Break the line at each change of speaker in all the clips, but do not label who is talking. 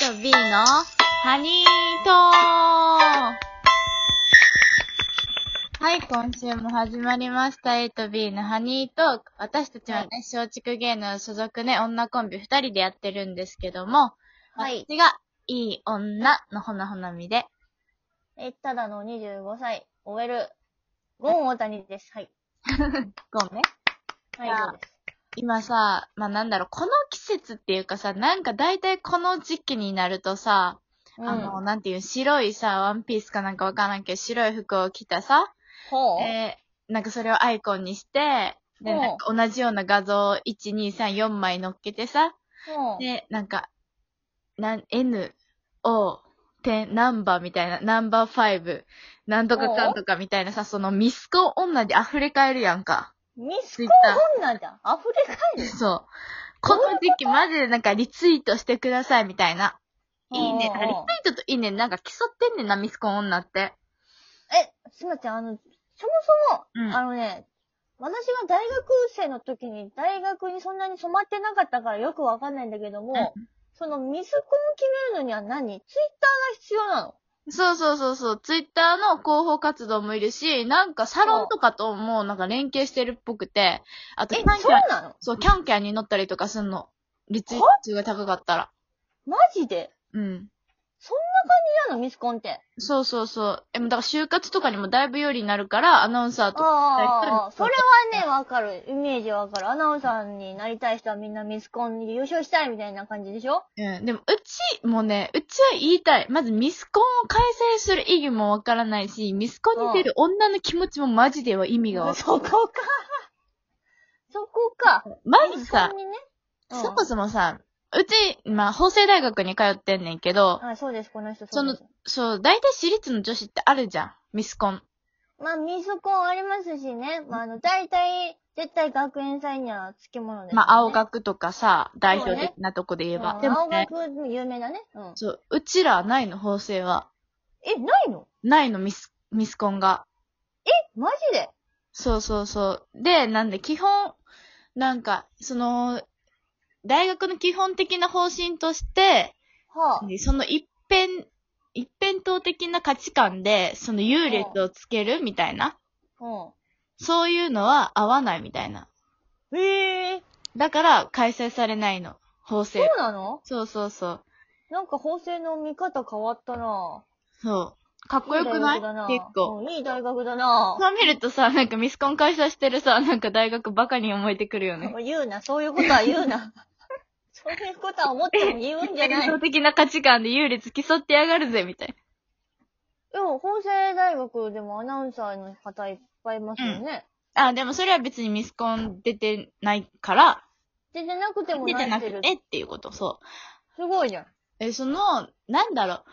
と B のハニートークはい、今週も始まりました。A と B のハニートーク。私たちはね、松竹芸能所属ね、女コンビ二人でやってるんですけども、
はい
私がいい女のほなほなみで、
え、ただの25歳、OL、ゴン大谷です。はい。
ごめんね。
はい、
じゃあ
ゴンです。
今さ、まあ、なんだろう、この季節っていうかさ、なんか大体この時期になるとさ、
うん、
あの、なんていう、白いさ、ワンピースかなんかわからんけど、白い服を着たさ、
ほう、
えーなんかそれをアイコンにして、で、
ほう
なんか同じような画像を1、2、3、4枚乗っけてさ、
ほう
で、なんか、なん、N、O、点、ナンバーみたいな、ナンバー5、なんとかかんとかみたいなさ、そのミスコン女で溢れ返るやんか。
ミスコ
Twitter
女じゃん。溢れ返る。
そう。この時期マジでなんかリツイートしてくださいみたいな。いいね。
ほ
あ
う
リツイートといいね。なんか競ってんねんな、ミスコン女って。
え、すみません、あの、そもそも、
うん
あのね、私が大学生の時に大学にそんなに染まってなかったからよくわかんないんだけども、そのミスコンを決めるのには何ツイッターが必要なの
そうそうそうそう。ツイッターの広報活動もいるし、なんかサロンとかともなんか連携してるっぽくて、あとキャン
え、
キ
そう
ャン、
なの
そう、キャンキャンに乗ったりとかすんの。リツイート数が高かったら。
マジで
うん。
そんな感じなのミスコンって。
そうそうそう。え、だから就活とかにもだいぶ有利になるから、アナウンサーとか。
ああ、それはね、わかる。イメージわかる。アナウンサーになりたい人はみんなミスコンに優勝したいみたいな感じでしょ
うん。でも、うちもね、うちは言いたい。まずミスコンを開催する意義もわからないし、ミスコンに出る女の気持ちもマジでは意味がわか
そこか。そこか。
らない。まずさ
ミスコン、にね、うん
そもそもさ、うち、まあ、法政大学に通ってんねんけど、
あ、そうです、この人。
その
うです
そう、大体私立の女子ってあるじゃん。ミスコン。
まあ、ミスコンありますしね。まあ、あの、大体、絶対学園祭にはつきものです、ね。
まあ、青学とかさ、代表的なとこで言えば。
うん
でも
青
ね、
学有名だね。うん。
そう、うちらはないの、法政は。
え、ないの
ないの、ミス、ミスコンが。
マジで
そうそうそう。で、なんで、基本、なんか、その、大学の基本的な方針として、
はあ。
その一辺、一辺倒的な価値観で、その優劣をつけるみたいな、
う
そういうのは合わないみたいな。
ん。へえ、
だから、開催されないの、法
そう
制。
なの
そうそうそう。
なんか、法制の見方変わったなぁ。
そう。かっこよくない
いい大学だな
結構。。
うんいい大学だな。
そう見るとさ、なんかミスコン開催してるさ、なんか大学バカに思えてくるよね。
言うな、そういうことは言うな。そういうことは思っても言うんじゃ
伝
ない。いや
統、的な価値観で優劣競ってやがるぜ、みたいな。
法政大学でもアナウンサーの方いっぱいいますよね。
あ、でもそれは別にミスコン出てないから、
出てなくても
出てな
なってる
く。てっていうこと、そう。
すごいじゃん。
え、その、なんだろう。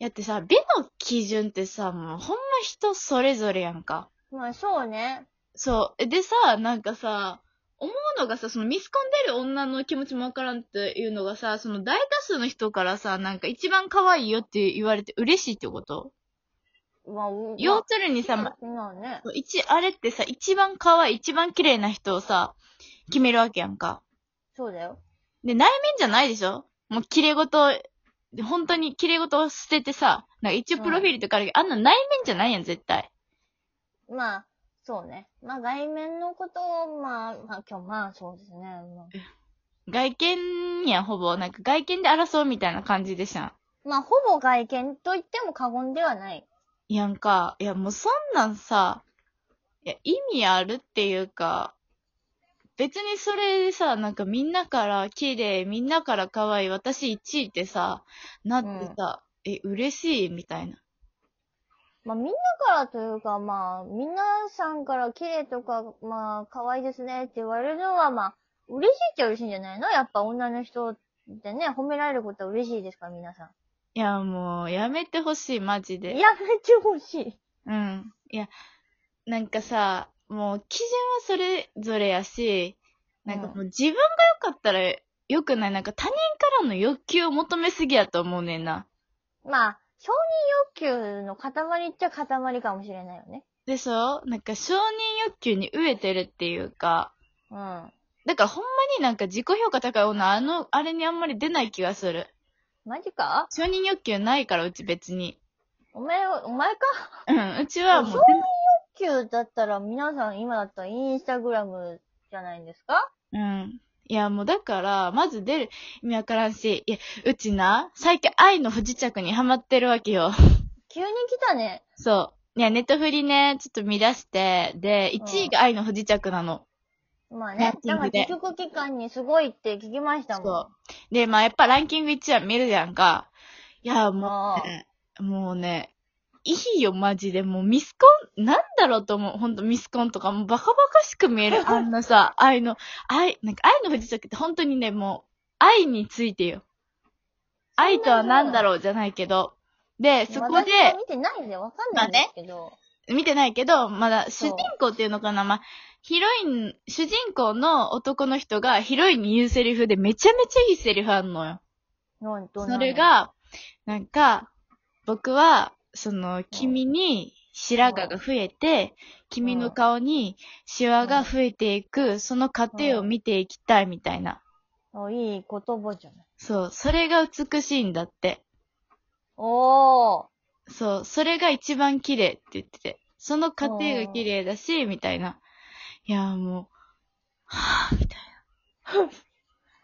やってさ、美の基準ってさ、もうほんま人それぞれやんか。
まあそうね。
そう。えでさ、なんかさ、思うのがさ、そのミスコン出る女の気持ちもわからんっていうのがさ、その大多数の人からさ、なんか一番可愛いよって言われて嬉しいってこと
まあ、う
要するにさ、
ま
ま
あ、まあね。
一、あれってさ、一番可愛い、一番綺麗な人をさ、決めるわけやんか。
そうだよ。
で、内面じゃないでしょもう、綺麗事を、本当に綺麗事を捨ててさ、なんか一応プロフィールとかあるけど、あんな内面じゃないやん、絶対。
まあ、そうね。まあ外面のことを、まあ、まあ今日まあそうですね。まあ
外見やん、ほぼ。なんか外見で争うみたいな感じでしゃん。
まあほぼ外見と言っても過言ではない。
やんか、いや、もうそんなんさ、いや、意味あるっていうか、別にそれでさ、なんかみんなから綺麗、みんなから可愛い、私1位ってさ、なってさ、え、嬉しいみたいな。
まあ、みんなからというか、まあ、皆さんから綺麗とか、まあ、可愛いですねって言われるのは、まあ、嬉しいっちゃ嬉しいんじゃないのやっぱ女の人ってね、褒められることは嬉しいですから、皆さ
いや、もう、やめてほしい、マジ
ん。
で。
やめてほしい。
うん。いや、なんかさ、もう基準はそれぞれやし、なんかもう自分が良かったら良くない。なんか他人からの欲求を求めすぎやと思うねんな。
まあ、承認欲求の塊っちゃ塊かもしれないよね。
でしょなんか承認欲求に飢えてるっていうか、
うん。ま
だからほんまになんか自己評価高い女、あの、あれにあんまり出ない気がする。
マジか
承認欲求ないから、うち別に。
お前は、お前か
うん、うちはもう
承認欲求だったら皆さん今だったらインスタグラムじゃないんですか
全うん。いや、もうだから、まず出る意味わからんし、いや、うちな、最近愛の不時着にハマってるわけよ。
急に来たね。
そう。いや、ネットフリね、ちょっと見出して、で、
うん
1位が愛の不時着なの。
まあ
ラン
ね。
キ
な
ン
んか
グで
結局期間にすごいって聞きましたもん。
そう。で、まあやっぱランキング1は見るじゃんか。いや、も
も
うね、もうね、いいよ、マジで。もうミスコン、なんだろうと思う。ほんとミスコンとか、もうバカバカしく見え る。あんなさ、愛の、愛、なんか愛の不時着って本当にね、もう、愛についてよ。愛とはなんだろうじゃないけど。で、
う
そこで、
私は見てないんでわかんないんですけど。
見てないけど、まだ主
そう
人公っていうのかな、まあ、ヒロイン、主人公の男の人がヒロインに言うセリフでめちゃめちゃいいセリフあんのよ。
なんどんな
そ
の
れ、が、なんか、僕は、その、君に白髪が増えて、君の顔にシワが増えていく、その過程を見ていきたいみたいな。
あいい言葉じゃない。
そう、それが美しいんだって。
おー。
そう、それが一番綺麗って言ってて、その過程が綺麗だし、みたいな。いやー、もう、はぁ、みたい な。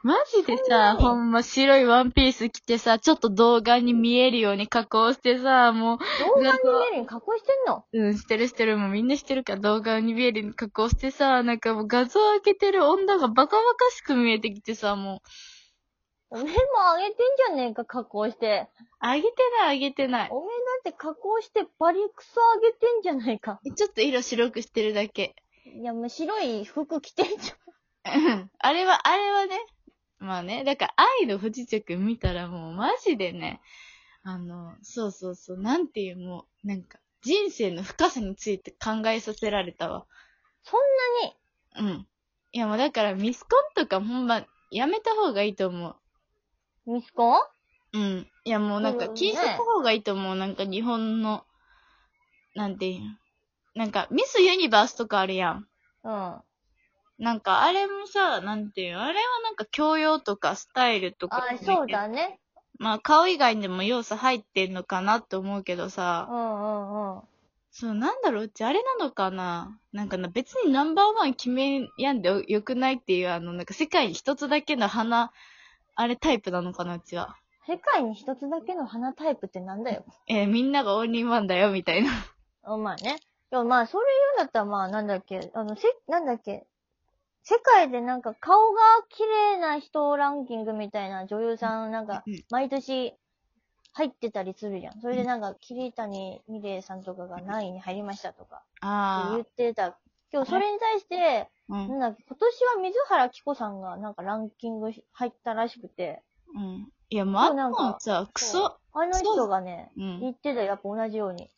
マジでさ、
そんなに
ほんま白いワンピース着てさ、ちょっと動画に見えるように加工してさ、も
動画に見えるように加工してんの
う、うん、してるしてる、もうみんなしてるから動画に見えるように加工してさ、なんかもう画像開けてる女がバカバカしく見えてきてさ、も
おめえも上げてんじゃねえか、加工して。
う、上げてない上げてない。
おめえだって加工してバリクソ上げてんじゃないか。
ちょっと色白くしてるだけ。
いや、もう白い服着てんじ
うんあれは、あれはね、まあね、だから愛の不時着見たらもうマジでね、あの、そうそうそう、なんていうもう、なんか、人生の深さについて考えさせられたわ。
そんなに
うん。いやもうだからミスコンとかほんま、やめた方がいいと思う。
ゃん。ミスコン
うん。いやもうなんか
うん
禁止した方がいいと思う。なんか日本の、なんていうん。なんかミスユニバースとかあるやん。
うん。
なんかあれもさ、なんていうん、あれはなんか教養とかスタイルとかな
あ
んけど。
そうだね。
まあ、顔以外にも要素入ってんのかなって思うけど
う
さ、
んうんうん。
そう、なんだろう、うちあれなのかななんかな、別にナンバーワン決めやんでよくないっていう、あの、なんか世界に一つだけの花、あれタイプなのかな、うちは。
世界に一つだけの花タイプってなんだよ。
えーみんながオンリーワンだよ、みたいな。
あまあね。でもまあ、それ言うんだったらまあ、なんだっけ、あの、せ、なんだっけ、世界でなんか顔が綺麗な人ランキングみたいな女優さんなんか
うん、
毎年入ってたりするじゃん。それでなんか、桐谷美玲さんとかが何位に入りましたとか、
あ
言ってた。今日それに対して、
あ、う
なん
ん、
だっけ、今年は水原希子さんがなんかランキング入ったらしくて、
うん。いや、もうあんなもんさ、クソ。
あの人がね、
うん。
言ってたよ、やっぱ同じように。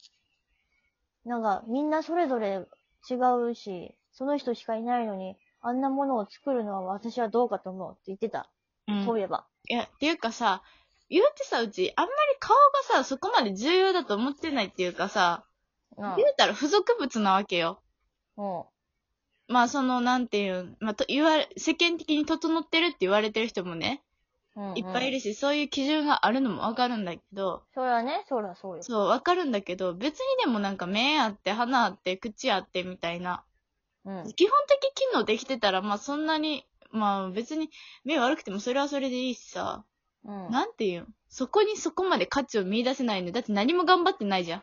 なんか、みんなそれぞれ違うし、その人しかいないのに、あんなものを作るのは私はどうかと思うって言ってた。
うん
そういえば。
いや、っていうかさ、言うてさ、うち、あんまり顔がさ、そこまで重要だと思ってないっていうかさ、
うん。
言うたら付属物なわけよ。
うん。
まあその、なんていうん、まあと言われ、世間的に整ってるって言われてる人もね、
うん、
いっぱいい
る。
るし、そういう基準があるのもわかるんだけど、
そらね、そらそうよ。
そう、わかるんだけど、別にでもなんか目あって、鼻あって、口あってみたいな、
うん。
基本的機能できてたら、まあそんなに、まあ別に目悪くてもそれはそれでいいしさ、
うん。
なんていうん、そこにそこまで価値を見出せないのだって何も頑張ってないじゃん。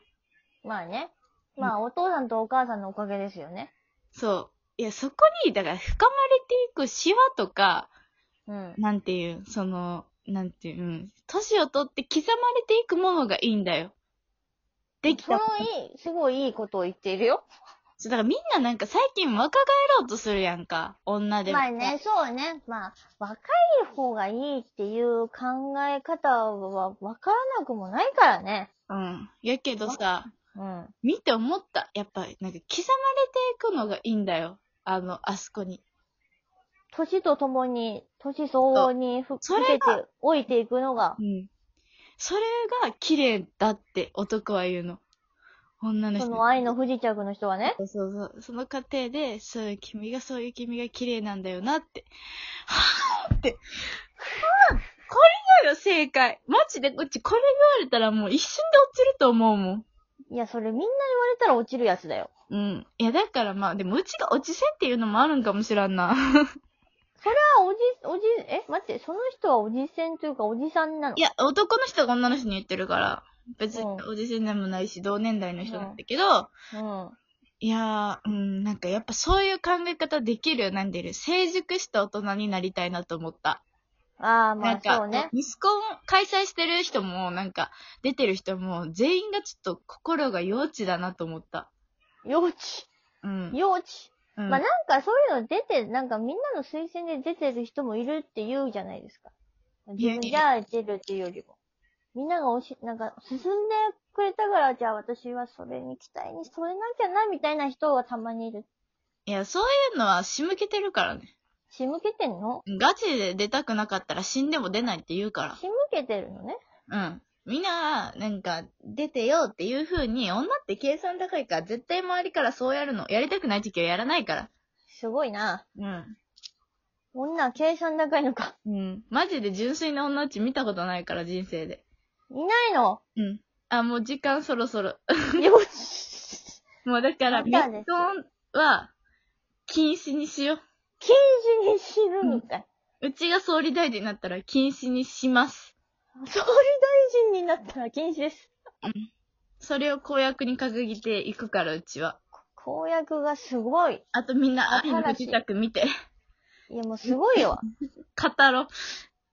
まあね。まあ、お父さんとお母さんのおかげですよね。
そう。いや、そこに、だから深まれていくシワとか、
うん。
なんていう、その、なんていう、うん。年をとって刻まれていくものがいいんだよ。でき
その
た。
いい、すごいいいことを言っているよ。
そうだからみんななんか最近若返ろうとするやんか。女でも。
まあね、そうね。まあ、若い方がいいっていう考え方はわからなくもないからね。
うん。やけどさ、
うん。
見て思った。やっぱ、なんか刻まれていくのがいいんだよ。あの、あそこに。
年とともに、年相応にふ
そ
受
れ
け
が
ておいていくのが
う、ん。それが綺麗だって男は言うの。女の人。
その愛の不時着の人はね。
そうそうそう。その過程で、そういう君が、そういう君が綺麗なんだよなって。はぁって。これなら、正解。マジで、うちこれ言われたらもう一瞬で落ちると思うもん。
いや、それみんな言われたら落ちるやつだよ。
うん。いや、だからまあ、でもうちが落ちせんっていうのもあるんかもしらんな。
あ、おじ、おじ、え、待って、その人はおじせんというかおじさんなの
いや、男の人が女の人に言ってるから、別に
うん
おじせんでもないし、同年代の人なんだけど、
うん。
いやー、うん、なんかやっぱそういう考え方できるようになんでる。成熟した大人になりたいなと思った。
ああ、ま
なん
あ
か、
そうね。
ミスコン開催してる人も、なんか、出てる人も、全員がちょっと心が幼稚だなと思った。
幼稚。
うん。
幼稚。
うん
まあなんかそういうの出て、なんかみんなの推薦で出てる人もいるって言うじゃないですか。自分じゃ出るっていうよりも。みんながおし、なんか進んでくれたから、じゃあ私はそれに期待に添えなきゃな、みたいな人はたまにいる。
いや、そういうのは仕向けてるからね。
仕向けてんの
ガチで出たくなかったら死んでも出ないって言うか
仕向けてるのね。
ら。うん。みんな、なんか、出てよっていう風に、女って計算高いから、絶対周りからそうやるの。やりたくない時はやらないから。
すごいな。
うん。
女は計算高いのか。
うん。マジで純粋な女うち見たことないから、人生で。
いないの。
うん。あ、もう時間そろそろ。
幼稚。
もうだから、
ま
ミ
たです
ットンは、禁止にしよ
刑事に死ぬみたい。
う。うちが総理大臣になったら禁止にします。
総理大臣になったら禁止です。
それを公約に掲げていくから、うちは。
公約がすごい。
あとみんな、
あ
愛の不自宅見て、
いやもうすごいよ。
語ろう。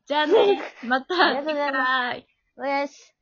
じゃあね、また、
ありがとうございます
はい。
おやす。